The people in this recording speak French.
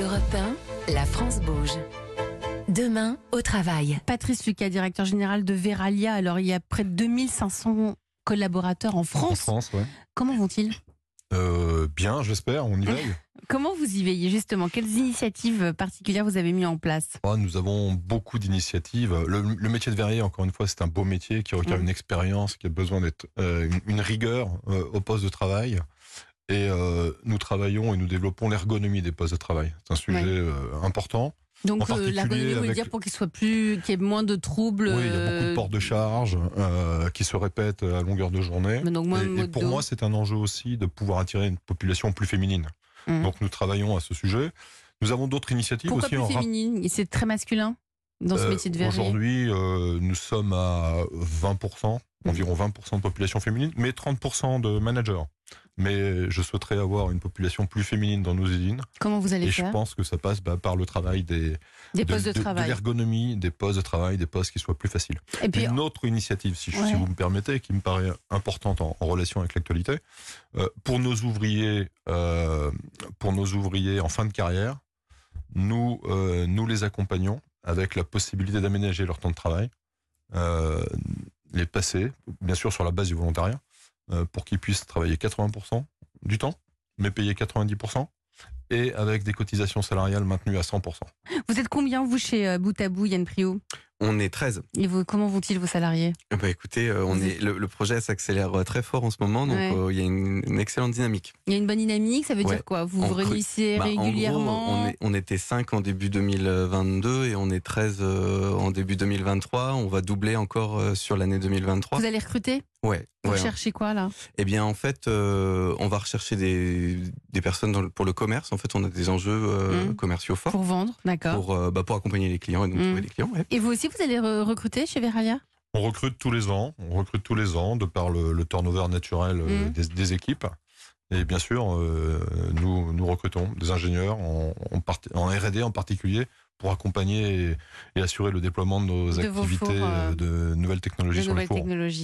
Europe 1, la France bouge. Demain, au travail. Patrice Lucas, directeur général de Veralia. Alors, il y a près de 2500 collaborateurs en En France. France, ouais. Comment vont-ils Euh, bien, j'espère, on y veille. Comment vous y veillez justement Quelles initiatives particulières vous avez mis en place Ah, nous avons beaucoup d'initiatives. Le, le métier de verrier, encore une fois, c'est un beau métier qui requiert Mm. une expérience, qui a besoin d'être euh, une, une rigueur euh, au poste de travail. Et euh, nous travaillons et nous développons l'ergonomie des postes de travail. C'est un sujet Ouais. euh, important. En Donc euh, particulier l'ergonomie, vous voulez avec- dire pour qu'il soit plus, qu'il y ait moins de troubles. Oui, il y a beaucoup de euh, portes de charge euh, qui se répètent à longueur de journée. Donc moins de Et, et maux de pour dos. moi, c'est un enjeu aussi de pouvoir attirer une population plus féminine. Mm. Donc nous travaillons à ce sujet. Nous avons d'autres initiatives Pourquoi aussi plus en rapport. féminine C'est très masculin dans ce Euh, métier de verrier. Aujourd'hui, euh, nous sommes à 20%, Mmh. environ 20% de population féminine, mais 30% de managers. Mais je souhaiterais avoir une population plus féminine dans nos usines. Comment vous allez et je faire pense que ça passe bah, par le travail des, Des postes de, de travail. l'ergonomie, des postes de travail, des postes qui soient plus faciles. Et puis, une autre initiative, si, je- Ouais. si vous me permettez, qui me paraît importante en, en relation avec l'actualité, euh, pour nos ouvriers, euh, pour nos ouvriers en fin de carrière, nous euh, nous les accompagnons avec la possibilité d'aménager leur temps de travail, euh, les passer, bien sûr sur la base du volontariat, euh, pour qu'ils puissent travailler 80% du temps, mais payer 90%. Et avec des cotisations salariales maintenues à 100%. vous êtes combien, vous, chez euh, Bout à Bout, Yann Priou On est 13. Et vous, comment vont-ils, vos salariés Eh ben, écoutez, euh, on Vous est, le, le projet s'accélère euh, très fort en ce moment, donc Ouais. euh, il y a une, une excellente dynamique. Il y a une bonne dynamique, ça veut Ouais. dire quoi Vous En vous cru- réunissez Bah, en gros, régulièrement on, est- on était 5 en début 2022 et on est 13 euh, en début 2023. On va doubler encore euh, sur l'année 2023. Vous allez recruter Ouais, Vous ouais. hein. cherchez quoi, là Eh bien, en fait, euh, on va rechercher des, des personnes dans le- pour le commerce. En fait, on a des enjeux euh, Mm. commerciaux forts Pour vendre, d'accord. pour, euh, bah, pour accompagner les clients et donc Mm. trouver des clients. ouais. Et vous aussi, vous allez re- recruter chez Veralia On recrute tous les ans, on recrute tous les ans de par le, le turnover naturel euh, Mm. des, des équipes. Et bien sûr, euh, nous, nous recrutons des ingénieurs en, en parti- en R&D en particulier pour accompagner et, et assurer le déploiement de nos De vos activités fours, euh, euh, de nouvelles technologies de sur les nouvelles fours. technologies.